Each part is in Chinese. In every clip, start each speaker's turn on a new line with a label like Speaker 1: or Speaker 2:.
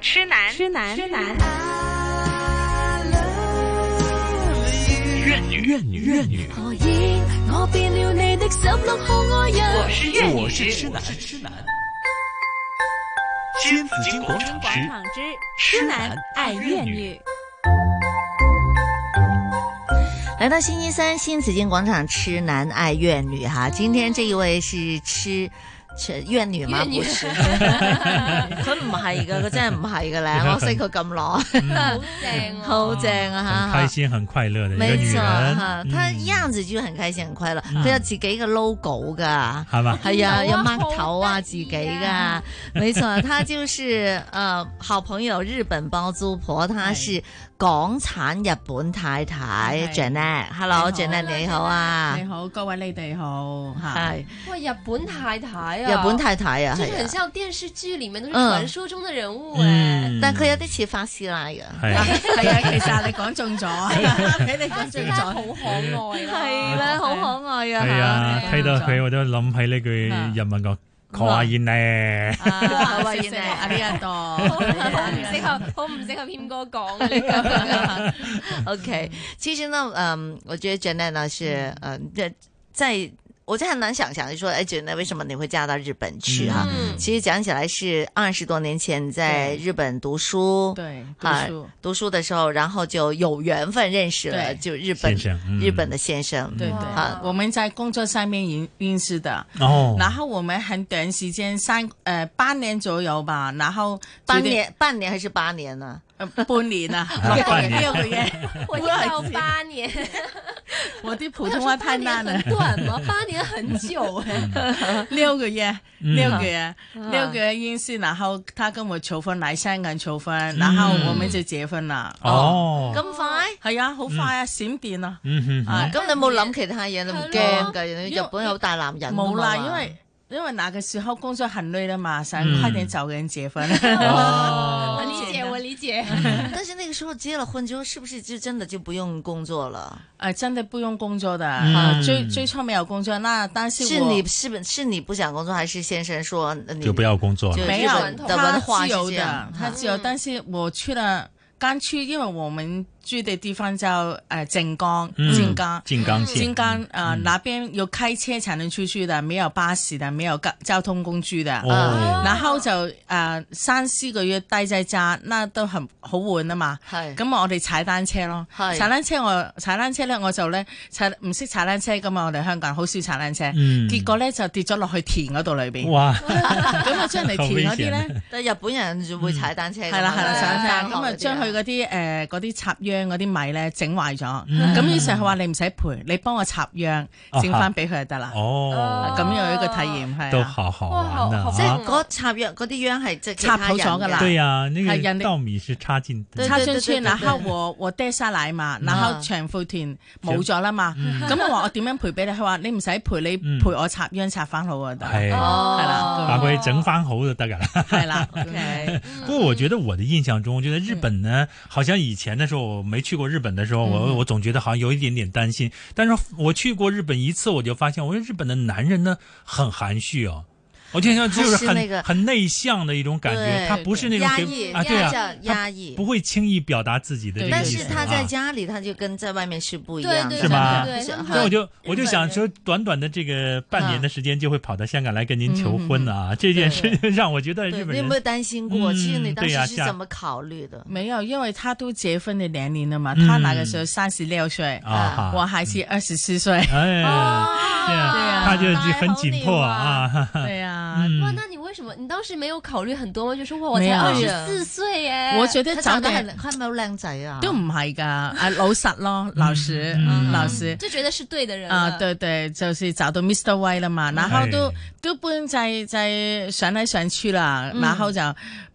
Speaker 1: 痴男，
Speaker 2: 痴男，
Speaker 1: 痴男。
Speaker 3: 怨女，怨女，怨女。
Speaker 4: 何以我變了你的十六號愛人？
Speaker 1: 我是怨女，
Speaker 3: 我是痴男，是痴男。金紫荆广场之
Speaker 2: 广场之
Speaker 3: 痴
Speaker 2: 痴
Speaker 3: 男
Speaker 2: 男
Speaker 3: 爱
Speaker 2: 爱
Speaker 3: 粤
Speaker 2: 粤
Speaker 3: 女
Speaker 2: 女。
Speaker 5: 来到星期三，新紫荆广场痴男爱怨女
Speaker 6: 嗯
Speaker 5: 哈，今天这一位是痴。痴怨女嘛，
Speaker 4: 怨女
Speaker 5: 不 是，佢唔係噶，佢真係唔係噶
Speaker 6: 嗯
Speaker 5: 咧，我識佢咁耐，
Speaker 4: 正啊！
Speaker 5: 好正啊
Speaker 6: 很
Speaker 5: 哈
Speaker 6: 开！心、很快乐的一个
Speaker 5: 没
Speaker 6: 女
Speaker 5: 错
Speaker 6: 人
Speaker 5: 哈，，她
Speaker 6: 嗯
Speaker 5: 樣子就很開心、很快樂，佢有自己嘅 logo 噶。
Speaker 6: 好吧，
Speaker 5: 系啊，有
Speaker 4: 好
Speaker 5: 嘜头
Speaker 4: 得
Speaker 5: 啊，
Speaker 4: 意
Speaker 5: 自己噶
Speaker 4: 啊，
Speaker 5: 没错，他就是呃好朋友日本包租婆，她是港產日本太太
Speaker 7: 係你好
Speaker 5: Janet，Hello Janet 你好啊
Speaker 7: 你，好，啊各位你哋好吓。
Speaker 5: 係
Speaker 4: 哇，日本太太
Speaker 1: 哎
Speaker 4: 啊，
Speaker 5: 日本太太啊，
Speaker 4: 这个很
Speaker 5: 係啊，
Speaker 4: 像电视剧里面都是
Speaker 5: 嗯
Speaker 4: 传说中的人物哎。
Speaker 6: 嗯，哎
Speaker 5: 但佢有啲似法師奶嘅，
Speaker 6: 系
Speaker 7: 系啊，其實你講中咗，啊俾你講中
Speaker 4: 真係 好
Speaker 7: 咗。
Speaker 4: 可愛啊！
Speaker 5: 係啦，好可愛
Speaker 6: 系啊，
Speaker 7: 係啊
Speaker 6: 睇到佢我都諗起呢句日文個可愛呢，
Speaker 5: 嚇啊
Speaker 7: 哇
Speaker 5: 好啊
Speaker 7: 食食我啊呢一
Speaker 4: 好啊好唔適
Speaker 7: 度，
Speaker 4: 合，好唔適合謙哥講啊呢個。
Speaker 5: OK，其實呢，嗯，我覺得 Janet 呢是，嗯，这在我就很难想象，就说，哎，Janet 为什么你会嫁到日本去哈？
Speaker 4: 嗯
Speaker 5: 其实讲起来是二十多年前你在
Speaker 7: 对
Speaker 5: 日本读书，
Speaker 7: 對，讀
Speaker 5: 啊
Speaker 7: 書，
Speaker 5: 读书的时候，然后就有缘分认识了，
Speaker 7: 对
Speaker 5: 就日本
Speaker 6: 先生，嗯
Speaker 5: 日本的先生，
Speaker 7: 對對
Speaker 5: 啊，
Speaker 7: 我們在工作上面認認識的，
Speaker 6: 哦，
Speaker 7: 然後我們很短時間三呃半年左右吧，然後
Speaker 5: 半
Speaker 7: 決定
Speaker 5: 年半年还是八年呢？
Speaker 7: 呃半年啊，
Speaker 6: 啊半年
Speaker 7: 六個月。
Speaker 4: 我
Speaker 7: 不好意
Speaker 4: 一
Speaker 7: 思
Speaker 4: 到八年，
Speaker 7: 我的普
Speaker 4: 我想
Speaker 7: 通
Speaker 4: 说
Speaker 7: 話
Speaker 4: 八
Speaker 7: 太
Speaker 4: 年
Speaker 7: 難
Speaker 4: 很
Speaker 7: 了，
Speaker 4: 短吗？八年很久哎。
Speaker 7: 六個月，
Speaker 6: 嗯
Speaker 7: 六個月，六個月認識，然後他跟我求婚，來香港求婚，
Speaker 6: 嗯
Speaker 7: 然後我們就結婚啦。
Speaker 6: 哦，
Speaker 5: 咁快？
Speaker 7: 係啊，好快啊，閃電啊！
Speaker 6: 嗯哼哼，
Speaker 7: 啊
Speaker 5: 咁你冇諗其他嘢，你唔驚㗎？
Speaker 7: 因為
Speaker 5: 人哋日本好大男人㗎啊嘛
Speaker 7: 冇啦，因為因為那個時候工作很累了嘛，想
Speaker 6: 嗯
Speaker 7: 快點找個人結婚。
Speaker 4: 我
Speaker 6: 哦，
Speaker 4: 理解，我理解。
Speaker 5: 但是那个时候结了婚之后，是不是就真的就不用工作了？
Speaker 7: 呃，真的不用工作的，
Speaker 6: 嗯
Speaker 7: 啊最最初沒有工作，那但是
Speaker 5: 是
Speaker 7: 我
Speaker 5: 你是不是你不想工作，还是先生说呃你
Speaker 6: 就不要工作
Speaker 5: 就
Speaker 6: 了，
Speaker 7: 没
Speaker 5: 日
Speaker 7: 有
Speaker 5: 本的
Speaker 7: 他
Speaker 5: 文化
Speaker 7: 自
Speaker 5: 是
Speaker 7: 由
Speaker 5: 这
Speaker 7: 的
Speaker 5: 样，
Speaker 7: 他
Speaker 5: 哈
Speaker 7: 自由，但是我去了剛去，因為我們住的地方叫呃靜岡，
Speaker 6: 嗯
Speaker 7: 靜岡。
Speaker 6: 静冈
Speaker 7: 金
Speaker 6: 县，
Speaker 7: 剛啊，
Speaker 6: 嗯
Speaker 7: 呃那邊要開車才能出去的，沒有巴士的，沒有交交通工具的。
Speaker 6: 哦，
Speaker 7: 然後就誒、呃三四個月低仔揸，那都很好悶啊嘛。
Speaker 5: 係
Speaker 7: 咁我哋踩單車咯，
Speaker 5: 係
Speaker 7: 踩單車我踩單車咧，我就咧踩唔識踩單車㗎嘛，我哋香港好少踩單車。
Speaker 6: 嗯
Speaker 7: 結果咧就跌咗落去田嗰度裏邊，
Speaker 6: 哇，
Speaker 7: 咁啊將嚟
Speaker 6: 好危
Speaker 7: 田嗰啲
Speaker 6: 險
Speaker 7: 咧，
Speaker 5: 但日本人就會踩單車㗎嘛，
Speaker 7: 嗯係啦係啦
Speaker 5: 即係
Speaker 7: 踩單
Speaker 5: 返
Speaker 7: 車，
Speaker 5: 學
Speaker 7: 咁啊
Speaker 5: 嗰啲
Speaker 7: 將佢
Speaker 5: 啊
Speaker 7: 嗰啲誒嗰啲插秧嗰啲米咧整壞咗，
Speaker 6: 嗯
Speaker 7: 咁於是佢話你唔使賠，你幫我插秧，整翻俾佢就得啦。
Speaker 6: 哦，
Speaker 7: 啊咁樣一個體驗係
Speaker 6: 都
Speaker 7: 啊，
Speaker 6: 好好玩
Speaker 4: 哇
Speaker 6: 啊
Speaker 4: 好
Speaker 5: 即係
Speaker 6: 啊，
Speaker 5: 嗰插秧嗰啲秧係即係其
Speaker 7: 插
Speaker 5: 他
Speaker 7: 好
Speaker 5: 人
Speaker 7: 咗㗎啦
Speaker 6: 對呀，那
Speaker 7: 係人哋
Speaker 6: 個稻米是插進
Speaker 5: 對
Speaker 7: 插進去，
Speaker 5: 對對對嗯
Speaker 7: 然後和和爹沙奶嘛，然後長褲
Speaker 6: 嗯
Speaker 7: 團冇咗啦嘛，咁我話我點樣賠俾你？佢話你唔使賠，你
Speaker 6: 嗯
Speaker 7: 陪我插秧插翻好啊，得
Speaker 6: 係
Speaker 4: 哦，
Speaker 7: 係啦
Speaker 6: 把佢哎整翻好就得 㗎啦。
Speaker 7: 係啦，OK，
Speaker 6: 不过我觉得我的印象中，我觉得日本呢，好像以前的时候我没去过日本的时候，我
Speaker 5: 嗯
Speaker 6: 我总觉得好像有一点点担心。但是我去过日本一次，我就发现，我说日本的男人呢很含蓄哦，我就像就是很
Speaker 5: 他是那个
Speaker 6: 很内向的一种感觉，
Speaker 5: 对
Speaker 6: 他不是那种
Speaker 5: 压
Speaker 6: 给
Speaker 5: 抑，
Speaker 6: 啊，对
Speaker 5: 压
Speaker 6: 啊，
Speaker 5: 着压抑
Speaker 6: 不。会轻易表达自己的这
Speaker 7: 对
Speaker 6: 个
Speaker 5: 但
Speaker 6: 意
Speaker 5: 是
Speaker 6: 思
Speaker 5: 他在
Speaker 6: 啊。
Speaker 5: 家里，他就跟在外面是不一
Speaker 4: 对
Speaker 5: 样的，
Speaker 4: 对
Speaker 6: 是吧
Speaker 4: 对对
Speaker 5: 就是
Speaker 4: 对
Speaker 6: 所以我
Speaker 5: 哈
Speaker 6: 就我就想
Speaker 4: 人
Speaker 6: 说，短短的这个半年的时间，就会跑到香港来跟您求婚啊！这件
Speaker 5: 对
Speaker 6: 事情让我觉得
Speaker 5: 嗯
Speaker 6: 日
Speaker 5: 对你
Speaker 6: 本
Speaker 5: 有
Speaker 6: 人
Speaker 5: 没有担心过？其实你
Speaker 6: 嗯
Speaker 5: 当
Speaker 6: 对
Speaker 5: 时
Speaker 6: 呀
Speaker 5: 是
Speaker 6: 像
Speaker 5: 怎么考虑的？
Speaker 7: 沒有，因為他都結婚了兩年啦嘛，
Speaker 6: 嗯
Speaker 7: 他那個時候三十六歲，
Speaker 6: 啊，，
Speaker 7: 我還是二十四歲
Speaker 6: 哎，对
Speaker 5: 哦
Speaker 7: 啊
Speaker 6: 他就很紧迫啊。哈 哈
Speaker 7: 對啊，
Speaker 4: 哇，
Speaker 6: 嗯
Speaker 4: 那你为什么你当时没有考虑很多吗？就说哇，我
Speaker 7: 没
Speaker 4: 才
Speaker 7: 有
Speaker 4: 二十四岁耶，
Speaker 7: 我覺得
Speaker 5: 他
Speaker 7: 早
Speaker 5: 長得很
Speaker 7: 點
Speaker 5: 係咪好靚仔啊？
Speaker 7: 都唔係㗎，啊老實咯，老實
Speaker 6: 嗯，
Speaker 7: 老實。
Speaker 4: 就觉得是对的人
Speaker 7: 啊，
Speaker 4: 了
Speaker 7: 對對，就是找到 Mr. Y 啦
Speaker 5: 嗯
Speaker 7: 嘛，然後都都搬制制上嚟上去
Speaker 5: 嗯
Speaker 7: 啦，然後就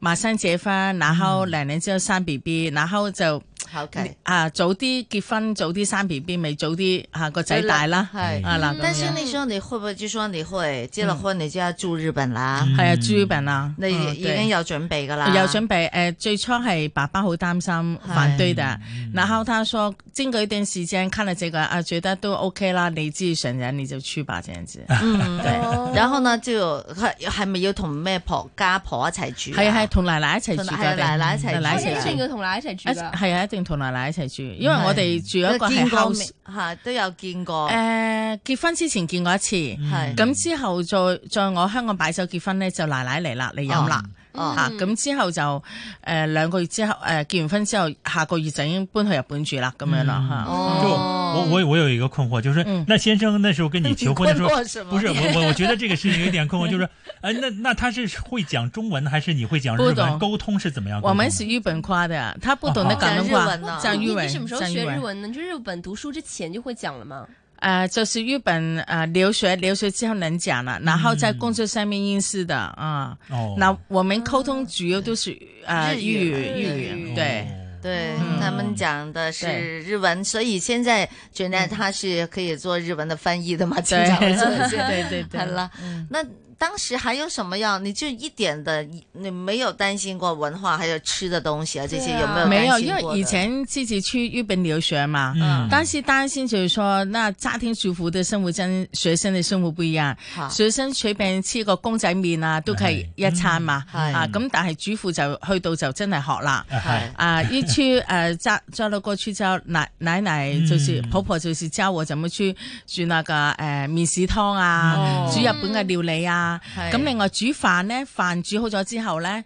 Speaker 7: 馬生結婚，然後兩年之後生 B B，然後就
Speaker 5: OK
Speaker 7: 啊早啲結婚，早啲生 B B，咪早啲啊個仔大啦，
Speaker 5: 係
Speaker 7: 啊嗱，
Speaker 5: 嗯但是
Speaker 7: 係
Speaker 5: 那時候你會不會就說你會結了婚你就要住日本啦？
Speaker 6: 嗯
Speaker 7: 啊豬病啊，
Speaker 5: 你
Speaker 7: 嗯
Speaker 5: 已經。有準備㗎啦，
Speaker 7: 有準備，誒、最初係爸爸好擔心反對的，然後他說經過一段時間看了這個啊，覺得都 OK 啦，你自己選人你就去吧，這樣子。
Speaker 5: 嗯，
Speaker 7: 對
Speaker 1: 哦
Speaker 5: 然後呢就係係咪要同咩婆家婆一齊住啊？
Speaker 7: 係係同奶奶一齊住
Speaker 5: 同
Speaker 7: 嘅，
Speaker 5: 係
Speaker 7: 我哋
Speaker 5: 奶啊奶一
Speaker 7: 奶
Speaker 5: 齊
Speaker 7: 奶
Speaker 5: 住
Speaker 7: 一
Speaker 1: 一
Speaker 7: 齊
Speaker 1: 定
Speaker 7: 住，
Speaker 1: 要同奶奶一齊住㗎。
Speaker 7: 係啊，一定同奶奶一齊住，因為我哋住一個係
Speaker 5: 見過
Speaker 7: house，
Speaker 5: 面嚇都有見過，
Speaker 7: 誒結婚之前見過一次，
Speaker 5: 係
Speaker 7: 咁之後再再我香港擺酒結婚咧，就奶奶嚟啦，你飲啦。
Speaker 5: 哦
Speaker 1: 嗯
Speaker 7: 吓咁、之後就誒、呃、兩個月之後誒、呃、結完婚之後，下個月就已經搬去日本住啦，咁樣啦吓。
Speaker 6: 就
Speaker 5: 嗯哦，
Speaker 6: 我我我有一个困惑，就是
Speaker 7: 嗯
Speaker 6: 那先生那时候跟你求婚的时候
Speaker 5: 你困惑什，么
Speaker 6: 不是我 我我觉得这个事情有点困惑，就是呃那那他是会讲中文还是你会讲日
Speaker 7: 不懂
Speaker 6: 文？沟通是怎么样沟
Speaker 7: 我
Speaker 6: 通的？
Speaker 7: 们是日本夸的，啊他不懂得
Speaker 5: 哦讲
Speaker 7: 广
Speaker 5: 日
Speaker 7: 东话
Speaker 5: 文，呢，啊
Speaker 7: 讲
Speaker 1: 你
Speaker 7: 日文
Speaker 1: 你什么时候
Speaker 7: 讲
Speaker 1: 学啊
Speaker 7: 日
Speaker 1: 日
Speaker 7: 文
Speaker 1: 文呢？就是日本讀書之前就會講了嗎？
Speaker 7: 呃，就是日本呃留学，留学之后能讲了，然后在工作上面认识的啊。
Speaker 6: 嗯哦，
Speaker 7: 那我们沟通主要都是呃
Speaker 5: 日
Speaker 7: 日
Speaker 5: 语
Speaker 7: 语，日
Speaker 1: 日
Speaker 7: 语
Speaker 1: 语
Speaker 7: 对。
Speaker 5: 对、
Speaker 7: 嗯
Speaker 5: 他们讲的是日文，所以现在觉得他是可以做日文的翻译的
Speaker 6: 哦
Speaker 5: 嘛，经
Speaker 7: 对
Speaker 5: 常会做一嗯些。
Speaker 7: 对对对，
Speaker 5: 好了，那当时还有什么样？你就一点的，你没有担心过文化还有吃的东西啊这些
Speaker 1: 对啊
Speaker 5: 有没有
Speaker 7: 没有，
Speaker 5: 担心
Speaker 7: 因
Speaker 5: 过的？
Speaker 7: 为以前自己去日本留学嘛，
Speaker 6: 嗯
Speaker 7: 但是担心就是说，那家庭主妇的生活跟学生的生活不一样，
Speaker 5: 好
Speaker 7: 学生随便黐個公仔面啊，都係一餐嘛，
Speaker 5: 嗯
Speaker 7: 啊咁，但係主婦就去到就真係學啦。
Speaker 5: 嗨
Speaker 7: 啊！一去呃，嫁嫁了过去之后，奶奶奶就是、
Speaker 6: 嗯
Speaker 7: 婆婆就是教我怎么去煮那个呃面豉汤啊，
Speaker 5: 哦
Speaker 7: 煮日本嘅料理啊。
Speaker 5: 係
Speaker 7: 咁另外煮飯咧，飯煮好咗之後咧，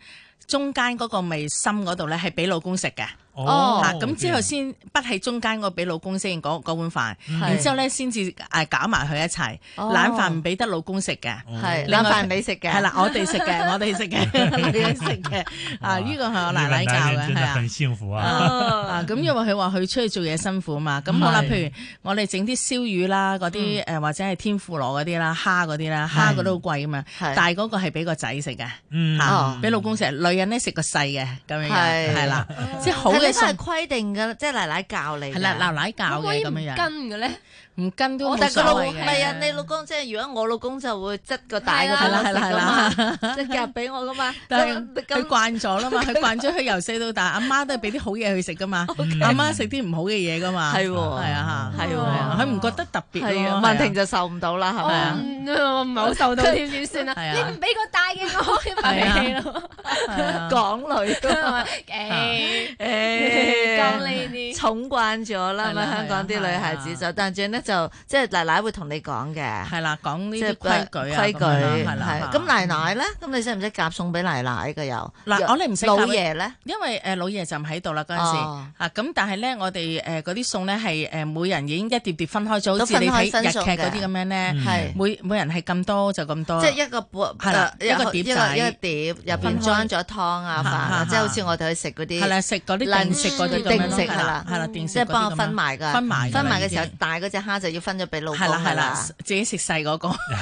Speaker 7: 中間嗰個味心嗰度咧係俾老公食嘅。
Speaker 5: 哦
Speaker 7: 啊咁之後先不喺中間個俾老公先嗰嗰碗飯，
Speaker 6: 嗯
Speaker 7: 然之後咧先至誒搞埋佢一齊，
Speaker 5: 哦
Speaker 7: 冷飯唔俾得老公食嘅。
Speaker 5: 系
Speaker 7: 另
Speaker 5: 冷
Speaker 7: 外
Speaker 5: 饭你食嘅，
Speaker 7: 係啦，我哋食嘅，我哋食嘅，我哋食嘅。啊，呢個係我奶奶教嘅，
Speaker 6: 真
Speaker 7: 係
Speaker 6: 的
Speaker 7: 啊
Speaker 6: 很。幸福啊！
Speaker 7: 啊，咁因為佢話佢出去做嘢辛苦嘛，咁好啦，
Speaker 5: 嗯係嗯
Speaker 7: 譬如我哋整啲燒魚啦，嗰啲誒或者係天婦羅嗰啲啦，蝦嗰啲啦，蝦嗰啲好貴噶嘛，
Speaker 5: 係
Speaker 7: 但係嗰個係俾個仔食嘅，
Speaker 6: 嗯，
Speaker 7: 嚇
Speaker 5: 哦，
Speaker 7: 啊俾老公食，女人咧食個細嘅咁樣樣，
Speaker 5: 係哦
Speaker 7: 係啦，即係好
Speaker 5: 係
Speaker 7: 嘅
Speaker 5: 呢個
Speaker 7: 餸
Speaker 5: 係。規定嘅，即係奶奶教你嘅。
Speaker 7: 係啦，奶奶
Speaker 1: 可
Speaker 7: 教
Speaker 1: 唔可
Speaker 7: 嘅
Speaker 1: 以
Speaker 7: 咁
Speaker 1: 唔
Speaker 7: 樣
Speaker 1: 跟
Speaker 7: 樣，
Speaker 1: 嘅咧？
Speaker 7: 唔跟都
Speaker 5: 我
Speaker 7: 冇
Speaker 5: 但
Speaker 7: 所
Speaker 5: 係個老
Speaker 7: 謂
Speaker 5: 唔
Speaker 7: 嘅。
Speaker 5: 係啊，你老公即係如果我老公就會執個大嘅
Speaker 1: 係
Speaker 5: 俾
Speaker 1: 啦
Speaker 5: 我食
Speaker 7: 係
Speaker 5: 噶
Speaker 7: 啦
Speaker 5: 嘛，即係夾俾我噶嘛。
Speaker 7: 但
Speaker 5: 咁
Speaker 7: 係佢
Speaker 5: 咁
Speaker 7: 慣咗 啦嘛，佢慣咗佢由細到大，阿媽都係俾啲好嘢佢食噶嘛，阿媽食啲唔好嘅嘢噶嘛，
Speaker 5: 係喎
Speaker 7: 係啊嚇，
Speaker 5: 係
Speaker 7: 係
Speaker 5: 喎
Speaker 7: 啊佢唔覺得特別咯
Speaker 5: 係
Speaker 7: 係
Speaker 5: 啊，
Speaker 7: 啊
Speaker 5: 曼婷就受唔到啦，
Speaker 7: 哎
Speaker 5: 係咪啊？
Speaker 1: 嗯我唔係好受到添，點算
Speaker 7: 係
Speaker 1: 啊？
Speaker 7: 啊
Speaker 1: 你唔俾個大嘅我，咁
Speaker 7: 哎
Speaker 1: 咪氣 咯。
Speaker 7: 係
Speaker 5: 哦
Speaker 7: 啊
Speaker 5: 港女 都
Speaker 1: 係咪 誒，
Speaker 7: 啊哎
Speaker 1: 講呢
Speaker 5: 誒。
Speaker 1: 啲。
Speaker 5: 寵慣哎咗啦，
Speaker 7: 係
Speaker 5: 咁啊
Speaker 7: 啦
Speaker 5: 香港
Speaker 7: 係
Speaker 5: 啲
Speaker 7: 啊
Speaker 5: 女孩子
Speaker 7: 係
Speaker 5: 就，但係咧就即係奶奶會同你講嘅，
Speaker 7: 係啦，講呢
Speaker 5: 即
Speaker 7: 啲
Speaker 5: 係呃
Speaker 7: 規矩啊，
Speaker 5: 規矩
Speaker 7: 咁樣啦係
Speaker 5: 係
Speaker 7: 啦。
Speaker 5: 咁奶奶咧，咁你識唔識夾餸俾奶奶嘅又？
Speaker 7: 嗱
Speaker 5: 又
Speaker 7: 我哋唔識夾佢
Speaker 5: 老爺咧，
Speaker 7: 因為誒老爺就唔喺度啦嗰陣時
Speaker 5: 哦
Speaker 7: 啊，咁但係咧我哋誒嗰啲餸咧係誒每人已經一碟碟分開咗，
Speaker 5: 都
Speaker 7: 好似你睇
Speaker 5: 分開分
Speaker 7: 日劇
Speaker 5: 餸嘅
Speaker 7: 嗰啲咁樣咧，
Speaker 5: 係
Speaker 7: 每每人係咁多就咁多，
Speaker 5: 即係一個缽，
Speaker 7: 嗯係啦
Speaker 5: 誒
Speaker 7: 一個碟
Speaker 5: 一個
Speaker 7: 仔
Speaker 5: 一個碟入邊
Speaker 7: 分開
Speaker 5: 裝咗湯啊飯
Speaker 7: 嚇，嚇
Speaker 5: 啊即係好似我哋去食嗰啲
Speaker 7: 係啦，食嗰啲定食嗰啲咁樣咯
Speaker 5: 定食係啦
Speaker 7: 係啦，定食
Speaker 5: 即係幫我
Speaker 7: 嗰啲咁樣
Speaker 5: 分埋㗎，
Speaker 7: 分埋㗎
Speaker 5: 分埋嘅
Speaker 7: 已經
Speaker 5: 時候，大嗰只蝦就要分咗俾老公
Speaker 7: 係啦係
Speaker 5: 㗎
Speaker 7: 啦
Speaker 5: 啦。，
Speaker 7: 自己食細嗰個，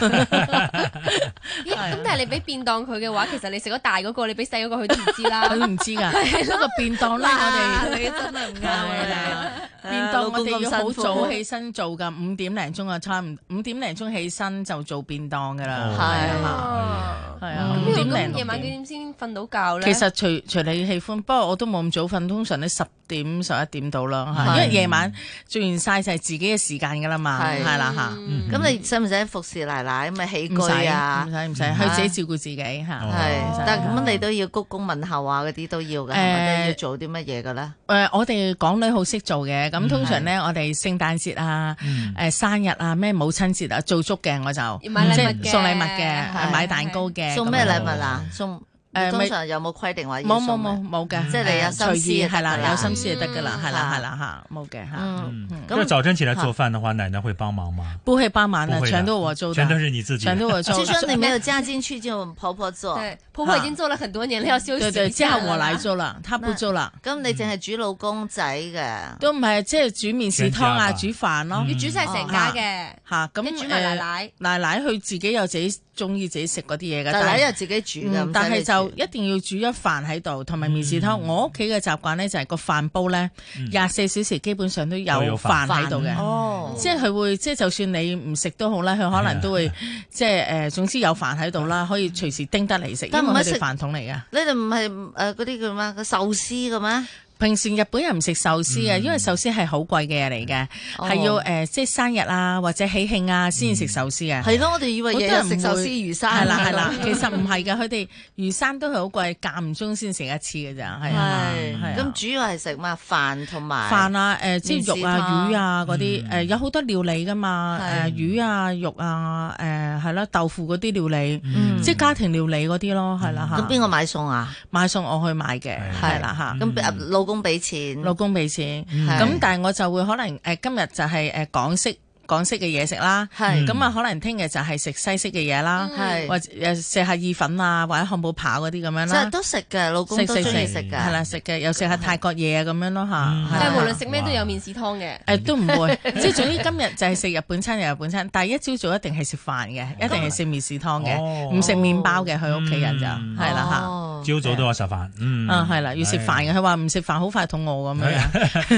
Speaker 1: 咦，咁但係你俾便當佢嘅話，其實你食咗大嗰個，你俾細嗰個佢都唔知啦。
Speaker 7: 佢都唔知㗎。不過便當咧，
Speaker 5: 啊
Speaker 7: 我
Speaker 5: 你 真係唔
Speaker 7: 哋 係啊便
Speaker 5: 老
Speaker 7: 當我
Speaker 5: 公
Speaker 7: 哋要好
Speaker 5: 咁辛苦
Speaker 7: 早起身做㗎，五點零鐘啊，差唔五點零鐘起身就做便當㗎啦
Speaker 6: 哦，嗯
Speaker 7: 係啊，
Speaker 1: 哦
Speaker 7: 係啊，
Speaker 1: 咁
Speaker 7: 五點零
Speaker 1: 咁夜
Speaker 7: 六
Speaker 1: 晚幾
Speaker 7: 點。
Speaker 1: 點先瞓到覺
Speaker 7: 其
Speaker 1: 咧？
Speaker 7: 實隨隨你喜歡，不過我都冇咁早瞓，通常咧十點十一點到啦，嚇
Speaker 5: 係
Speaker 7: 因為夜晚做完晒就係自己嘅時間㗎啦嘛，
Speaker 5: 係
Speaker 7: 係啦嚇，
Speaker 1: 嗯
Speaker 5: 咁你使唔使服侍奶奶咪起
Speaker 7: 唔
Speaker 5: 居啊
Speaker 7: 使唔？使唔使，佢自己照顧自己嚇。
Speaker 6: 嗯哦
Speaker 5: 係，但係咁你都要鞠躬問候啊，嗰啲都要嘅，係
Speaker 7: 誒
Speaker 5: 咪都要做啲乜嘢嘅咧？
Speaker 7: 誒、呃我哋港女好識做嘅，
Speaker 6: 嗯
Speaker 7: 咁通常咧，我哋聖誕節啊、誒、生日啊、咩母親節啊，做足嘅我就，
Speaker 1: 買禮
Speaker 7: 即
Speaker 1: 物
Speaker 7: 係
Speaker 1: 嘅
Speaker 7: 送禮物
Speaker 1: 係
Speaker 7: 嘅，買蛋糕嘅，
Speaker 5: 送咩禮物啊？送
Speaker 7: 誒
Speaker 5: 通
Speaker 7: 咪
Speaker 5: 常有冇規定話要
Speaker 7: 冇冇
Speaker 5: 送咩
Speaker 7: 冇冇嘅，
Speaker 5: 即係你有心思
Speaker 7: 隨意
Speaker 5: 就得
Speaker 7: 係啦，
Speaker 5: 㗎啦
Speaker 7: 有心思就得㗎啦，
Speaker 1: 嗯
Speaker 7: 係啦係啦嚇，冇嘅嚇，
Speaker 5: 嗯，
Speaker 6: 嗯，
Speaker 5: 咁
Speaker 6: 那早晨起來做
Speaker 7: 啊
Speaker 6: 飯的話，奶奶会帮忙吗？
Speaker 7: 不會幫忙
Speaker 6: 不
Speaker 7: 啦，
Speaker 6: 會的
Speaker 7: 啊全都我做的，
Speaker 6: 全都是你自己，
Speaker 7: 全都我做
Speaker 5: 就
Speaker 7: 的，
Speaker 5: 說你沒有嫁進去就婆婆做，
Speaker 1: 對，婆婆已經做了很多年了，要休息
Speaker 7: 對
Speaker 1: 一
Speaker 7: 對，之
Speaker 5: 啊
Speaker 1: 下
Speaker 7: 後我嚟
Speaker 1: 啦。
Speaker 7: 做啦，他不做啦，
Speaker 5: 咁你淨係煮老公仔嘅。
Speaker 7: 嗯都唔係即係煮麵豉湯啊，
Speaker 6: 全
Speaker 7: 煮
Speaker 6: 家
Speaker 7: 飯咯
Speaker 6: 嗯，
Speaker 1: 要煮晒成家嘅，
Speaker 7: 嚇吓啊咁
Speaker 1: 一煮埋
Speaker 7: 誒
Speaker 1: 奶奶，
Speaker 7: 奶奶佢自己有自己中意自己食嗰啲嘢嘅，
Speaker 5: 奶奶
Speaker 7: 但係
Speaker 5: 又自己煮
Speaker 7: 嗯
Speaker 5: 噶，
Speaker 7: 但係就一定要煮咗飯喺度，同埋麵豉湯。我屋企嘅習慣咧就係個飯煲咧
Speaker 6: 嗯
Speaker 7: 廿四小時基本上都有
Speaker 6: 都有
Speaker 7: 飯
Speaker 6: 飯
Speaker 7: 喺度嘅。
Speaker 5: 哦，
Speaker 7: 即係佢會，即係就算你唔食都好啦，佢可能都
Speaker 6: 啊
Speaker 7: 會即係誒、呃，總之有飯喺度啦，可以隨時叮得嚟食，因為
Speaker 5: 但唔係
Speaker 7: 佢
Speaker 5: 食
Speaker 7: 哋飯桶嚟嘅。
Speaker 5: 你哋唔係誒嗰啲叫咩？個壽司嘅咩？
Speaker 7: 平時日本人唔食壽司啊嘅，因為壽司係好貴嘅嘢嚟嘅，係、要誒、
Speaker 5: 哦
Speaker 7: 呃即係生日啊或者喜慶啊先食壽司嘅。
Speaker 5: 係咯，我哋以為
Speaker 7: 好多
Speaker 5: 日日
Speaker 7: 人
Speaker 5: 食壽司
Speaker 7: 唔會
Speaker 5: 魚生
Speaker 7: 係啦係啦，其實唔係嘅，佢哋魚生都係好貴，間唔中先食一次嘅咋，係啊，係
Speaker 5: 係
Speaker 7: 啊
Speaker 5: 咁主要係食嘛飯同埋
Speaker 7: 飯啊，誒即
Speaker 5: 麵
Speaker 7: 係肉
Speaker 5: 豉
Speaker 7: 啊、
Speaker 5: 湯
Speaker 7: 魚啊嗰啲，
Speaker 6: 嗯
Speaker 7: 誒有好多料理噶嘛，
Speaker 5: 係
Speaker 7: 誒魚啊、肉啊，誒係啦，豆腐嗰啲料理，
Speaker 5: 嗯
Speaker 7: 即係家庭料理嗰啲咯，係啦嚇。
Speaker 5: 咁邊個買餸啊？
Speaker 7: 買餸我去買嘅，
Speaker 6: 嗯係
Speaker 7: 係啦嚇。
Speaker 5: 咁啊老公俾錢，
Speaker 7: 嗯老公俾錢，
Speaker 5: 係
Speaker 7: 咁但係我就會可能誒、呃今日就係誒港式港式嘅嘢食啦，
Speaker 6: 嗯
Speaker 5: 係
Speaker 7: 咁啊可能聽日就係食西式嘅嘢啦，
Speaker 5: 係
Speaker 7: 或者誒食下意粉啊或者漢堡扒嗰啲咁樣
Speaker 5: 嗯即係
Speaker 7: 啦，
Speaker 5: 都食嘅，老公都中
Speaker 7: 食食
Speaker 5: 意
Speaker 6: 食
Speaker 5: 食
Speaker 7: 係
Speaker 5: 㗎。
Speaker 7: 啦食嘅，又食下泰國嘢啊咁樣咯嚇，
Speaker 6: 嗯
Speaker 7: 係
Speaker 1: 但
Speaker 7: 啦
Speaker 1: 係無論食咩都有麵豉湯嘅。
Speaker 7: 誒都唔 會，即係總之今日就係食日本餐就日本餐，但係一朝早一定係食飯嘅，一定係食麵豉湯
Speaker 6: 嗯哦
Speaker 7: 嘅，唔食麵包嘅，佢屋企人就
Speaker 6: 嗯
Speaker 7: 係啦嚇。
Speaker 5: 哦
Speaker 6: 朝早都要食飯，嗯，
Speaker 7: 嗯，係啦，要食飯嘅，佢話唔食飯好快肚餓咁樣。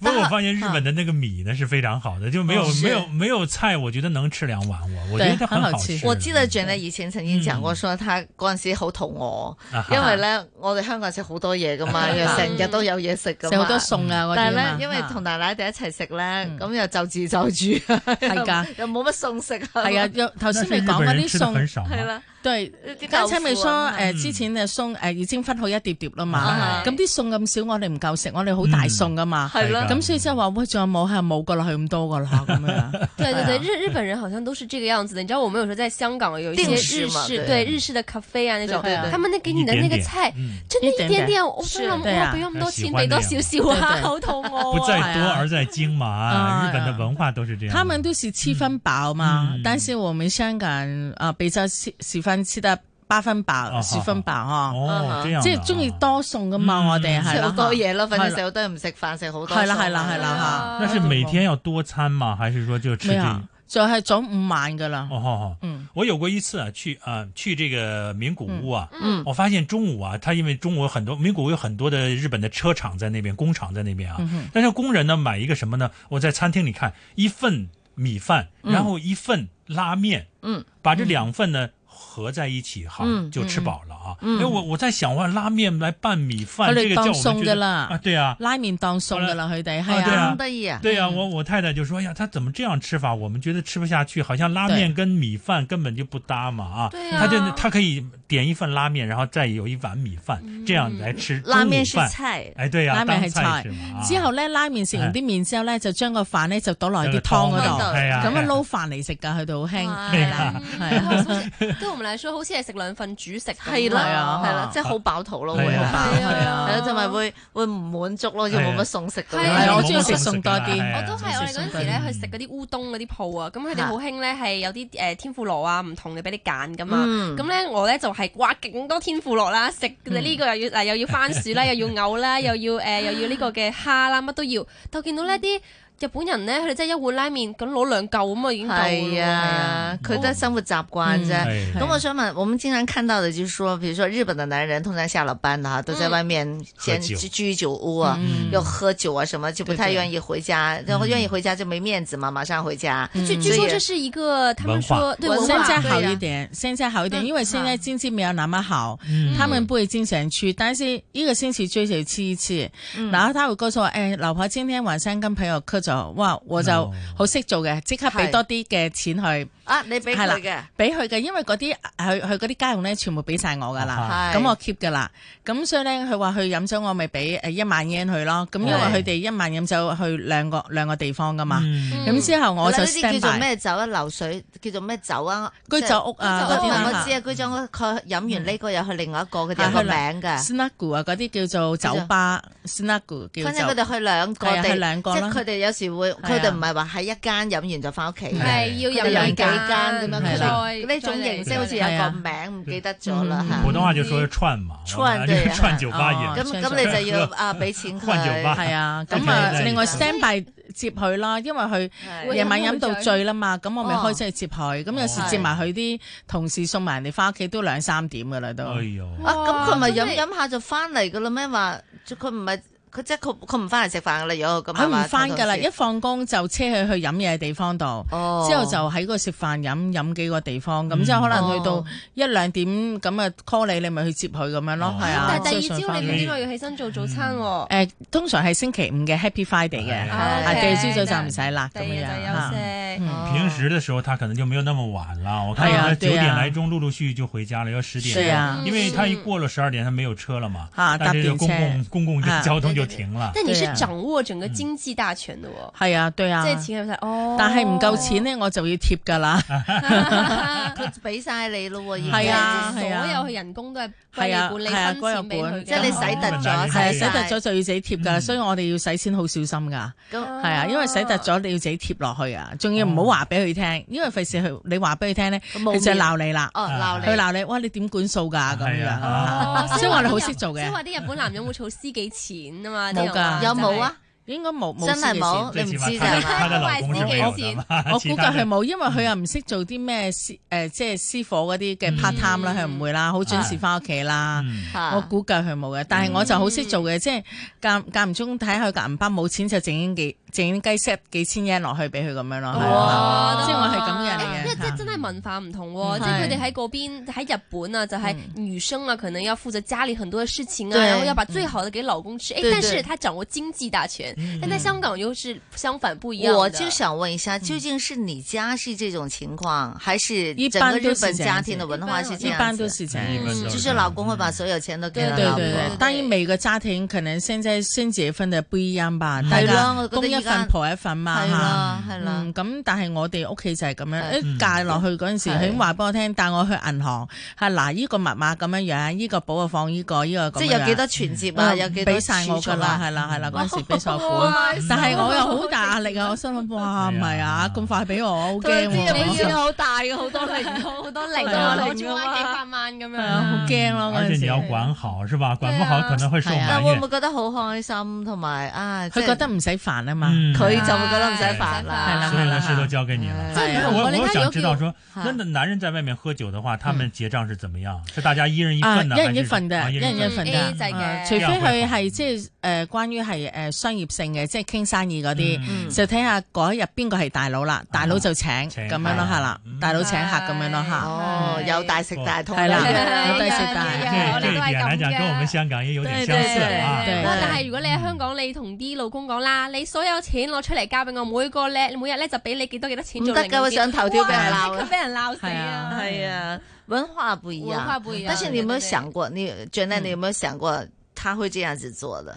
Speaker 6: 不过我发现日本
Speaker 7: 啊
Speaker 6: 的那个米呢是非常好的，就没有没有没有菜，我觉得能吃两碗，我我觉
Speaker 7: 哦对
Speaker 6: 得
Speaker 7: 很
Speaker 6: 好嗯
Speaker 7: 好吃
Speaker 5: 我知道 j a n 以前曾經講
Speaker 7: 嗯
Speaker 5: 過，說他嗰陣時好肚餓，
Speaker 6: 啊哈
Speaker 5: 因為咧我哋香港食好多嘢噶嘛，又成日都有嘢食噶嘛。
Speaker 7: 食好多餸啊嗰啲
Speaker 5: 但係
Speaker 7: 啊嘛嗯
Speaker 5: 咧，因為同奶奶哋一齊食咧，咁又就自就住，
Speaker 7: 係㗎，
Speaker 5: 又冇乜餸食啊。
Speaker 7: 係啊， 有頭
Speaker 6: 但
Speaker 7: 先
Speaker 6: 是
Speaker 7: 咪
Speaker 6: 日
Speaker 7: 講
Speaker 6: 本
Speaker 7: 嗰
Speaker 6: 人嗯
Speaker 7: 啲
Speaker 6: 吃的很
Speaker 7: 餸，
Speaker 6: 少嘛，
Speaker 5: 係啦，
Speaker 7: 對。
Speaker 5: 啲
Speaker 7: 間
Speaker 5: 豆
Speaker 7: 餐咪
Speaker 5: 腐
Speaker 7: 疏
Speaker 5: 啊
Speaker 7: 誒之前嘅餸誒已經分好一碟碟啦嘛
Speaker 5: 啊，
Speaker 7: 咁啲餸咁少，我哋唔夠食，我哋好大餸噶嘛，
Speaker 5: 係啦
Speaker 6: 係㗎
Speaker 7: 咁所以即係話喂，仲有冇係冇個落去咁多個啦咁 樣。
Speaker 1: 对对对，日日本人好像都是这个样子的。你知道我们有时候在香港有一些
Speaker 5: 定时
Speaker 1: 日
Speaker 5: 嘛
Speaker 1: 式，对
Speaker 5: 对
Speaker 1: 日式的 cafe 啊那种
Speaker 5: 对对对，
Speaker 1: 他们那给你的那个菜
Speaker 6: 一点点嗯，
Speaker 1: 真的一
Speaker 7: 一
Speaker 1: 点
Speaker 7: 点点
Speaker 1: 点，我真
Speaker 5: 是
Speaker 1: 諗
Speaker 7: 對啊
Speaker 1: 哇，俾咁多
Speaker 6: 喜
Speaker 1: 錢，
Speaker 6: 歡
Speaker 1: 俾多
Speaker 6: 呢樣
Speaker 1: 少少啊，
Speaker 7: 對對
Speaker 1: 好 肚餓
Speaker 6: 不
Speaker 1: 啊。
Speaker 6: 在多
Speaker 7: 哇
Speaker 6: 而在精嘛，
Speaker 7: 啊
Speaker 6: 日本的文化都是这样的。
Speaker 7: 他们都是七分饱嘛，
Speaker 6: 嗯
Speaker 7: 但是我们香港啊、呃比较喜喜欢吃得八分饱、
Speaker 6: 啊
Speaker 7: 十分饱啊，
Speaker 6: 哦这样的
Speaker 7: 即
Speaker 6: 啊，
Speaker 7: 係中意多餸噶嘛，
Speaker 6: 嗯
Speaker 7: 我哋係
Speaker 5: 食
Speaker 7: 啦，
Speaker 5: 好多嘢咯，反正
Speaker 7: 係啦
Speaker 5: 食好多嘢唔食飯，食好多餸啊。
Speaker 7: 係啦係啦係啦
Speaker 6: 那是每天要多餐吗？还是说就
Speaker 7: 嚇，
Speaker 6: 吃
Speaker 7: 咩
Speaker 6: 这一？
Speaker 7: 啊？就係早午晚噶啦，
Speaker 6: 哦，好好。
Speaker 7: 嗯，
Speaker 6: 我有过一次啊，去啊、去这个名古屋啊，
Speaker 5: 嗯
Speaker 6: 我发现中午啊，他因为中午有很多名古屋有很多的日本的车厂在那边，工厂在那边啊，
Speaker 5: 嗯
Speaker 6: 但是工人呢买一个什么呢？我在餐厅里看一份米饭，然后一份拉面，
Speaker 5: 嗯，
Speaker 6: 把这两份呢。合在一起哈，
Speaker 5: 嗯
Speaker 6: 就吃饱了啊！因为我我在想，哇，拉面来拌米饭，
Speaker 7: 佢哋
Speaker 6: 这个叫我
Speaker 7: 当
Speaker 6: 们
Speaker 7: 餸
Speaker 6: 觉得
Speaker 7: 㗎啦
Speaker 6: 啊，对啊，
Speaker 7: 拉麵當餸噶啦，佢哋係
Speaker 6: 啊對啊
Speaker 5: 咁得意啊！
Speaker 6: 对呀、
Speaker 1: 嗯
Speaker 6: 我我太太就说哎呀，她怎么这样吃法？我们觉得吃不下去，好像拉面跟米饭根本就不搭嘛啊！
Speaker 1: 对
Speaker 6: 她就
Speaker 1: 啊
Speaker 6: 她可以点一份拉面，然后再有一碗米饭，
Speaker 1: 嗯
Speaker 6: 这样来吃中午
Speaker 5: 拉面是
Speaker 6: 饭。
Speaker 5: 菜，
Speaker 6: 哎，对呀、
Speaker 7: 拉面
Speaker 6: 当
Speaker 7: 係
Speaker 6: 菜
Speaker 7: 菜
Speaker 6: 是嘛？啊
Speaker 7: 之後咧，拉麵食完啲麵之後咧，就將個飯咧就倒落去啲湯嗰
Speaker 5: 嗰
Speaker 7: 度
Speaker 5: 度，
Speaker 6: 哎呀
Speaker 7: 咁啊撈飯嚟食㗎，佢哋好興。
Speaker 5: 係
Speaker 6: 啦
Speaker 7: 係 啊
Speaker 1: 對我們來說，好似係食兩份主食咁啊。
Speaker 5: 係啦
Speaker 7: 係啊
Speaker 5: 係啦，即係好飽肚咯，會
Speaker 6: 係
Speaker 5: 係
Speaker 6: 啊
Speaker 5: 啊
Speaker 7: 係啊
Speaker 5: 係啦，同埋會會唔滿足咯，就冇乜餸食到。
Speaker 6: 哎
Speaker 1: 係啊
Speaker 7: 係啊，我
Speaker 6: 冇
Speaker 7: 中意
Speaker 6: 乜
Speaker 7: 食
Speaker 6: 餸食
Speaker 7: 餸多
Speaker 6: 㗎係
Speaker 7: 啲。
Speaker 1: 哦
Speaker 6: 啊
Speaker 1: 我都係我哋嗰陣時咧
Speaker 6: 嗯
Speaker 1: 去食嗰啲烏冬嗰啲鋪啊，咁佢哋好興咧係有啲誒天婦羅啊唔同嘅俾你揀噶嘛。
Speaker 5: 嗯
Speaker 1: 咁咧我咧就係哇勁多天婦羅啦，食呢個又要嗱又要番薯啦，又要藕啦，又要誒又要呢個嘅蝦啦，乜都要。但我見到呢啲日本人咧，佢哋真係一碗拉麵咁攞兩嚿咁啊已經夠㗎喎。
Speaker 5: 係啊，佢都係生活習慣啫。
Speaker 7: 嗯
Speaker 6: 哎
Speaker 1: 啊
Speaker 5: 咁我想問，我們經常看到的，就是說，比如說日本的男人通常下了班的哈，都在外面先
Speaker 6: 喝酒
Speaker 5: 居居酒屋啊，
Speaker 6: 嗯
Speaker 5: 又喝酒啊什么，就不太愿意回家，然后愿意回家就没面子嘛，马上回家。
Speaker 1: 據據說這是一個他們說對
Speaker 5: 文
Speaker 1: 文
Speaker 5: 化
Speaker 7: 现
Speaker 1: 化
Speaker 7: 在好一点，现在好一点，
Speaker 5: 啊嗯
Speaker 7: 因为现在经济没有那么好，
Speaker 1: 嗯
Speaker 7: 他们不会经常去，但是一个星期最少吃一次。
Speaker 5: 嗯
Speaker 7: 然后他会告诉我，诶、老婆今天晚上跟朋友喝酒，哇，我就
Speaker 6: 哦
Speaker 5: 嗯
Speaker 7: 好識做嘅，即刻俾多啲嘅錢佢，
Speaker 5: 啊，你俾
Speaker 7: 係
Speaker 5: 佢
Speaker 7: 啦
Speaker 5: 嘅，
Speaker 7: 俾佢嘅，因為嗰啲佢佢嗰啲家用咧，全部俾晒我
Speaker 6: 嗯
Speaker 7: 噶啦。
Speaker 5: 係
Speaker 7: 咁我 keep 噶啦，咁所以咧，佢話去飲酒，我咪俾誒一萬 yen 佢咯。咁因為
Speaker 5: 係
Speaker 7: 佢哋一萬飲酒去兩個兩個地方噶嘛，
Speaker 6: 嗯
Speaker 7: 咁之後我就
Speaker 5: 嗱呢啲
Speaker 7: stand
Speaker 5: 叫做
Speaker 7: by
Speaker 5: 咩酒啊？流水叫做咩酒啊？
Speaker 7: 居酒屋啊
Speaker 5: 即
Speaker 7: 嗰
Speaker 5: 係
Speaker 7: 啲
Speaker 5: 我
Speaker 7: 啦
Speaker 5: 我知啊，居酒屋佢飲完呢個又去另外一個，佢
Speaker 7: 係
Speaker 5: 哋
Speaker 7: 嗯
Speaker 5: 有個
Speaker 7: 啊去啦
Speaker 5: 名嘅。
Speaker 7: Snagu 啊，嗰啲叫做酒吧 Snagu 叫
Speaker 5: 反正佢
Speaker 7: 做。
Speaker 5: 哋去兩個
Speaker 7: 係啊
Speaker 5: 地，
Speaker 7: 去兩個啊
Speaker 5: 即
Speaker 7: 啦
Speaker 5: 係佢哋有時會，佢哋唔係話喺一間飲完就翻屋企嘅。
Speaker 1: 係要
Speaker 5: 有
Speaker 1: 有
Speaker 5: 兩
Speaker 1: 兩
Speaker 5: 幾間咁樣，佢
Speaker 7: 係啦
Speaker 5: 哋
Speaker 1: 再
Speaker 5: 呢種形式好似有
Speaker 7: 係
Speaker 5: 個
Speaker 7: 啊
Speaker 5: 名唔記得咗啦
Speaker 7: 嗯
Speaker 5: 嚇
Speaker 6: 普通話就說串嘛，
Speaker 5: 串
Speaker 6: 我
Speaker 5: 對
Speaker 6: 们
Speaker 5: 呀
Speaker 6: 串酒吧也
Speaker 7: 哦
Speaker 5: 咁咁你就要啊俾錢佢。
Speaker 6: 換酒吧
Speaker 7: 係啊，
Speaker 5: 咁
Speaker 7: 咁
Speaker 5: 就
Speaker 7: 啊，
Speaker 5: 係
Speaker 7: 另外
Speaker 5: 咁
Speaker 7: stand by 接佢啦，因為佢。
Speaker 1: 會
Speaker 7: 夜
Speaker 1: 夜
Speaker 5: 啊
Speaker 7: 晚
Speaker 1: 晚
Speaker 7: 飲
Speaker 1: 飲
Speaker 7: 到
Speaker 1: 到
Speaker 7: 醉啦嘛，咁我咪
Speaker 5: 哦
Speaker 7: 開車去接佢。咁有時
Speaker 6: 哦
Speaker 7: 接埋佢啲同事送埋人哋翻屋企都兩三點噶啦都。
Speaker 1: 哦
Speaker 6: 哎呦，
Speaker 5: 啊，咁佢咪
Speaker 1: 哇真係
Speaker 5: 飲飲下就翻嚟噶啦咩？話佢唔係佢即係佢佢唔翻嚟食飯噶啦，如果咁啊
Speaker 7: 佢
Speaker 5: 係嘛
Speaker 7: 唔翻噶啦，
Speaker 5: 同
Speaker 7: 一
Speaker 5: 事
Speaker 7: 放工就車佢去飲嘢嘅地方度，
Speaker 5: 哦
Speaker 7: 之後就喺嗰度食飯飲飲幾個地方，咁之後可能去到
Speaker 5: 哦
Speaker 7: 一兩點咁啊 call 你，你咪去接佢咁樣咯
Speaker 6: 哦，
Speaker 7: 係啊。
Speaker 1: 但係第二
Speaker 7: 之後
Speaker 1: 朝
Speaker 7: 順
Speaker 1: 你
Speaker 7: 返嗯
Speaker 1: 唔
Speaker 7: 嚟
Speaker 1: 知我要起身做早餐喎。
Speaker 7: 誒通常係星期五嘅 Happy Friday 嘅，
Speaker 6: 係
Speaker 7: 啊
Speaker 1: OK，
Speaker 7: 第二朝早就唔使啦
Speaker 1: 第
Speaker 7: 咁
Speaker 1: 二日
Speaker 7: 樣
Speaker 1: 就
Speaker 7: 嚇
Speaker 1: 休息。
Speaker 7: 嗯
Speaker 6: 平时的时候他可能就没有那么晚了。我看
Speaker 7: 哎呀
Speaker 6: 他九
Speaker 7: 对
Speaker 6: 点
Speaker 7: 呀
Speaker 6: 来钟陆陆续续就回家了，要十点。
Speaker 7: 是呀
Speaker 6: 因为他一过了十二点，他没有车了嘛。
Speaker 7: 啊
Speaker 6: 但是
Speaker 7: 搭便
Speaker 6: 公共公共
Speaker 7: 啊
Speaker 6: 交通就停了。
Speaker 1: 但你
Speaker 7: 對
Speaker 1: 是
Speaker 7: 啊
Speaker 1: 掌握整個經濟大權的哦喎，
Speaker 7: 係啊，對啊
Speaker 1: 即。係錢係咪哦？
Speaker 7: 但係唔夠 錢咧，我就要貼㗎啦。
Speaker 6: 哦
Speaker 5: 佢俾晒你咯喎，已經
Speaker 7: 係啊
Speaker 1: 所
Speaker 7: 係啊
Speaker 1: 有嘅人工都係
Speaker 7: 係啊
Speaker 1: 歸你管，你
Speaker 7: 係啊
Speaker 1: 分錢俾
Speaker 7: 歸
Speaker 1: 佢
Speaker 7: 入
Speaker 1: 嘅，
Speaker 5: 即係你使突咗，
Speaker 7: 係啊，
Speaker 6: 係嗯
Speaker 7: 洗
Speaker 5: 晒
Speaker 7: 突咗就要自己貼㗎，所以我哋要洗錢好小心㗎。
Speaker 5: 咁
Speaker 7: 係啊，因為洗突咗你要自己貼落去啊，仲要
Speaker 6: 哦
Speaker 7: 唔好話俾佢聽，因為費事佢你話俾佢聽咧，
Speaker 5: 咁冇
Speaker 7: 佢就鬧你啦，
Speaker 5: 哦鬧
Speaker 7: 佢
Speaker 5: 你
Speaker 7: 鬧你，哇你點管數㗎咁
Speaker 6: 係
Speaker 7: 樣
Speaker 6: 啊
Speaker 7: 啊，
Speaker 1: 哦
Speaker 7: 所以我哋好識做
Speaker 1: 即係
Speaker 7: 嘅，
Speaker 1: 話啲日本男人會儲私己錢啊嘛，
Speaker 7: 冇㗎
Speaker 1: 啲人話
Speaker 5: 有冇啊？
Speaker 7: 應該冇冇
Speaker 5: 真係冇，
Speaker 7: 冇，
Speaker 5: 你
Speaker 6: 最
Speaker 5: 唔
Speaker 6: 起码
Speaker 5: 知
Speaker 6: 他的
Speaker 5: 咋
Speaker 6: 他
Speaker 5: 嘛？
Speaker 6: 的老公是没有的嘛。
Speaker 7: 我
Speaker 6: 其
Speaker 7: 估
Speaker 6: 他
Speaker 7: 計
Speaker 6: 的
Speaker 7: 佢冇，因為佢又唔識做啲咩私誒即係私伙嗰啲嘅 part time 啦，佢唔會啦，好準時翻屋企啦。
Speaker 6: 嗯
Speaker 5: 嚇
Speaker 7: 我估計佢冇嘅，但係
Speaker 5: 嗯
Speaker 7: 我就好識做嘅，即係間間唔中睇下佢個銀包冇錢就整幾整雞 set 幾千 yen 落去俾佢咁樣咯，係啊
Speaker 1: 哇！
Speaker 7: 即係我係咁嘅嗯人嚟嘅
Speaker 1: 因為即
Speaker 7: 嚇
Speaker 1: 係真係文化唔同喎，即係佢哋喺嗰邊喺日本啊，就係
Speaker 7: 嗯
Speaker 1: 女生啊，可能要負責家裡很多嘅事情啊，
Speaker 5: 對
Speaker 1: 然後要把最好的給老公
Speaker 7: 嗯
Speaker 1: 吃。哎
Speaker 5: 對，
Speaker 1: 但是
Speaker 5: 對
Speaker 1: 他掌握經濟大權，但在香港又是相反不一樣的。
Speaker 5: 我就想问一下，
Speaker 7: 嗯
Speaker 5: 究竟是你家是这种情况，还是
Speaker 7: 一
Speaker 5: 整个
Speaker 7: 般
Speaker 5: 日
Speaker 7: 都是
Speaker 5: 本
Speaker 7: 这
Speaker 5: 家
Speaker 7: 样子
Speaker 5: 庭的文化是这
Speaker 7: 一
Speaker 5: 样
Speaker 7: 般都
Speaker 5: 子？
Speaker 7: 是這嗯
Speaker 6: 一
Speaker 7: 樣
Speaker 6: 般。都
Speaker 5: 就是
Speaker 6: 这
Speaker 5: 老
Speaker 6: 样
Speaker 5: 公会把所有啊钱都给
Speaker 1: 对
Speaker 5: 了
Speaker 7: 對
Speaker 5: 老
Speaker 7: 對對
Speaker 5: 婆。，
Speaker 7: 當然每個家庭可能現在先至分得不一樣吧，大
Speaker 5: 係
Speaker 7: 家
Speaker 5: 咯我覺得
Speaker 7: 公一
Speaker 5: 而家
Speaker 7: 份婆一份嘛
Speaker 5: 係
Speaker 7: 嚇。
Speaker 5: 啦，係啦
Speaker 7: 嗯，。咁但係我哋屋企就係咁樣，
Speaker 5: 係
Speaker 7: 一嫁落去嗰陣時，
Speaker 5: 係
Speaker 7: 佢已經話俾我聽，帶我去銀行，係嗱，依個密碼咁樣樣，依個保啊放依個，依個咁樣樣。
Speaker 5: 即係有幾多存摺啊，
Speaker 7: 嗯
Speaker 5: 有幾多
Speaker 7: 俾晒我
Speaker 5: 儲蓄
Speaker 7: 㗎啦，嗯
Speaker 5: 啊，
Speaker 7: 係啦係啦，
Speaker 1: 哦
Speaker 7: 嗰陣時俾首款， 但哦係我又好大壓力啊！我心諗哇，唔係啊，咁快俾我，好驚喎，
Speaker 1: 要好大嘅，好多零，好多零啊，攞出翻幾百萬咁
Speaker 7: 係啊
Speaker 1: 樣。
Speaker 7: 好驚咯嗰
Speaker 6: 嗯而且
Speaker 7: 陣
Speaker 6: 你
Speaker 7: 時
Speaker 6: 要。管好是吧？管不
Speaker 1: 对啊
Speaker 6: 好可能会受
Speaker 5: 係啊但
Speaker 6: 埋
Speaker 5: 會唔
Speaker 6: 怨
Speaker 5: 會。覺得好開心，同埋啊，即
Speaker 7: 佢
Speaker 5: 係
Speaker 7: 覺得唔使煩啊嘛，
Speaker 6: 嗯
Speaker 5: 佢就會覺得唔使
Speaker 1: 係
Speaker 5: 煩啦
Speaker 1: 啦。
Speaker 6: 所有的事都交给你了。
Speaker 7: 哎
Speaker 5: 真係
Speaker 6: 但
Speaker 5: 唔
Speaker 6: 是
Speaker 7: 啊
Speaker 1: 同
Speaker 6: 我
Speaker 1: 喎
Speaker 6: 我
Speaker 1: 你睇
Speaker 6: 想
Speaker 1: 有
Speaker 6: 知道说，
Speaker 5: 叫
Speaker 6: 那那男人在外面喝酒的话，他们结账是怎么样？是大家一人一
Speaker 7: 嗯啊，
Speaker 6: 份
Speaker 7: 一
Speaker 6: 呢？
Speaker 7: 人
Speaker 6: 还是
Speaker 7: 一份
Speaker 6: 啊
Speaker 7: 嘅，一人一份
Speaker 1: 嗯 A 制
Speaker 7: 嘅，
Speaker 1: 嘅
Speaker 7: 啊除非佢係即係誒關於係誒商業性嘅，即係傾生意嗰啲，
Speaker 6: 嗯
Speaker 7: 就睇下嗰一日邊個係大佬啦，大佬就請
Speaker 6: 請
Speaker 7: 咁樣咯，係啦
Speaker 6: 嗯，
Speaker 7: 大佬請客咁樣咯嚇，
Speaker 5: 哦，有大食大通
Speaker 7: 係啦，
Speaker 1: 係
Speaker 7: 有低食大。
Speaker 1: 係啊
Speaker 6: 这
Speaker 1: 我
Speaker 6: 这
Speaker 1: 哋
Speaker 6: 一
Speaker 1: 都係
Speaker 6: 点来讲，
Speaker 1: 咁嘅
Speaker 6: 跟我们香港也有点
Speaker 7: 嗯对
Speaker 6: 相似
Speaker 7: 对
Speaker 6: 啊。
Speaker 7: 对
Speaker 1: 哇！但係如果你喺香港，你同啲老公講啦，你所有錢攞出嚟交俾我，每個咧每日咧就俾你幾多幾多錢
Speaker 5: 唔
Speaker 1: 做
Speaker 5: 得
Speaker 1: 零
Speaker 5: 㗎，會
Speaker 1: 用
Speaker 5: 上
Speaker 1: 錢。
Speaker 5: 頭條俾人
Speaker 1: 哇
Speaker 5: 鬧
Speaker 1: 即刻
Speaker 5: 啊。
Speaker 1: 俾人鬧死
Speaker 7: 係啊
Speaker 1: 啊！
Speaker 5: 係啊，文化不一
Speaker 1: 文化
Speaker 5: 樣。
Speaker 1: 不一樣。
Speaker 5: 但是你有沒有想
Speaker 1: 過？
Speaker 5: 過，你覺得你有沒有想過他會這樣子做的？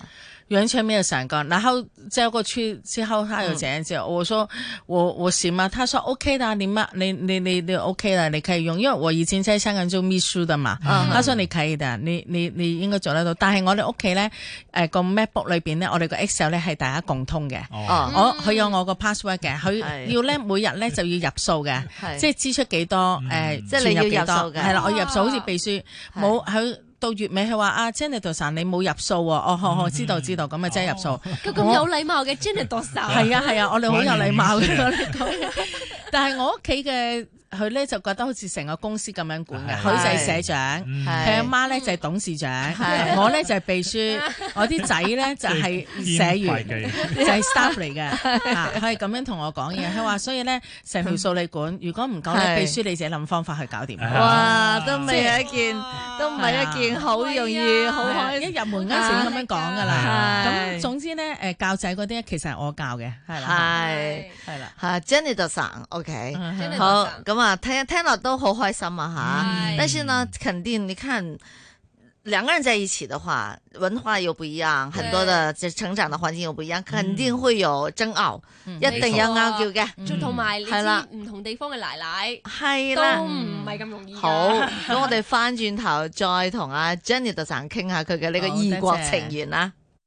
Speaker 7: 完全没有想过。然后交过去之后，他有怎样
Speaker 5: 嗯
Speaker 7: 子？我说我我行吗？他说 OK 的，啊你妈你你你你 OK 的，你可以用，因为我以前在香港做秘书的嘛。
Speaker 5: 嗯
Speaker 7: 他说你可以的，啊你你你應該做得到。但係我哋屋企咧，誒個 MacBook 裏邊咧，我哋個 Excel 咧係大家共通嘅。
Speaker 6: 哦，
Speaker 5: 哦，
Speaker 7: 我佢有我個 password 嘅，佢
Speaker 5: 係
Speaker 7: 要咧每日咧就要入數嘅，
Speaker 5: 係
Speaker 7: 即係支出幾多，誒
Speaker 5: 嗯即係你要
Speaker 7: 存幾
Speaker 5: 入數啊
Speaker 7: 多，
Speaker 5: 嘅
Speaker 7: 係啦，我入數好似
Speaker 1: 哇
Speaker 7: 秘書冇佢。到月尾佢話啊 j a n i t o r 你冇入數喎，哦，好好
Speaker 5: 嗯
Speaker 7: 知道知道，咁啊即係入
Speaker 5: 哦
Speaker 7: 數。
Speaker 1: 佢咁有禮貌嘅 Jenny 剁手。
Speaker 7: 係啊係啊，我哋好有禮貌嘅，
Speaker 6: 管
Speaker 7: 我哋講嘢。 但係我屋企嘅佢咧就覺得好似成個公司咁樣管嘅，
Speaker 6: 係
Speaker 7: 佢就係社長，
Speaker 6: 嗯
Speaker 5: 係
Speaker 7: 佢阿媽咧就係董事長，
Speaker 5: 係
Speaker 7: 我咧就係秘書，我啲仔咧就係社員。
Speaker 6: 嘅，
Speaker 7: 就 係 staff 嚟嘅，啊佢係咁樣同我講嘢，佢話所以咧成條數你管，如果唔夠咧，
Speaker 5: 嗯係
Speaker 7: 秘書你自己諗方法去搞掂。
Speaker 6: 啊
Speaker 5: 哇，都未係一件，都唔係一件好容易、好
Speaker 7: 係啊
Speaker 5: 開
Speaker 7: 一
Speaker 5: 心。啊
Speaker 7: 入門嗰陣時已經咁樣講㗎啦。
Speaker 5: 係
Speaker 7: 咁總之咧，誒教仔嗰啲其實係我教嘅，係啦，
Speaker 5: 係
Speaker 7: 係啦。嗯
Speaker 5: 嚇 j e n n y 就省 OK。
Speaker 1: Jenny
Speaker 5: 好
Speaker 1: 剁手，
Speaker 5: 咁啊，听听落都好開心啊吓！
Speaker 1: 係
Speaker 5: 但是呢，肯定你看两个人在一起的话，文化又不一样，很多的这成长的環境又不一樣，肯定會有爭拗，一定有拗叫嘅，
Speaker 1: 仲同埋你
Speaker 5: 係啦
Speaker 1: 知唔同地方嘅奶奶
Speaker 5: 係
Speaker 1: 都
Speaker 5: 啦。
Speaker 1: 唔係咁容易㗎。
Speaker 5: 好，咁我哋翻轉頭再同阿 Jenny 特省傾下佢嘅呢個
Speaker 7: 好
Speaker 5: 異
Speaker 7: 多
Speaker 5: 國
Speaker 7: 謝
Speaker 5: 情緣啦。啊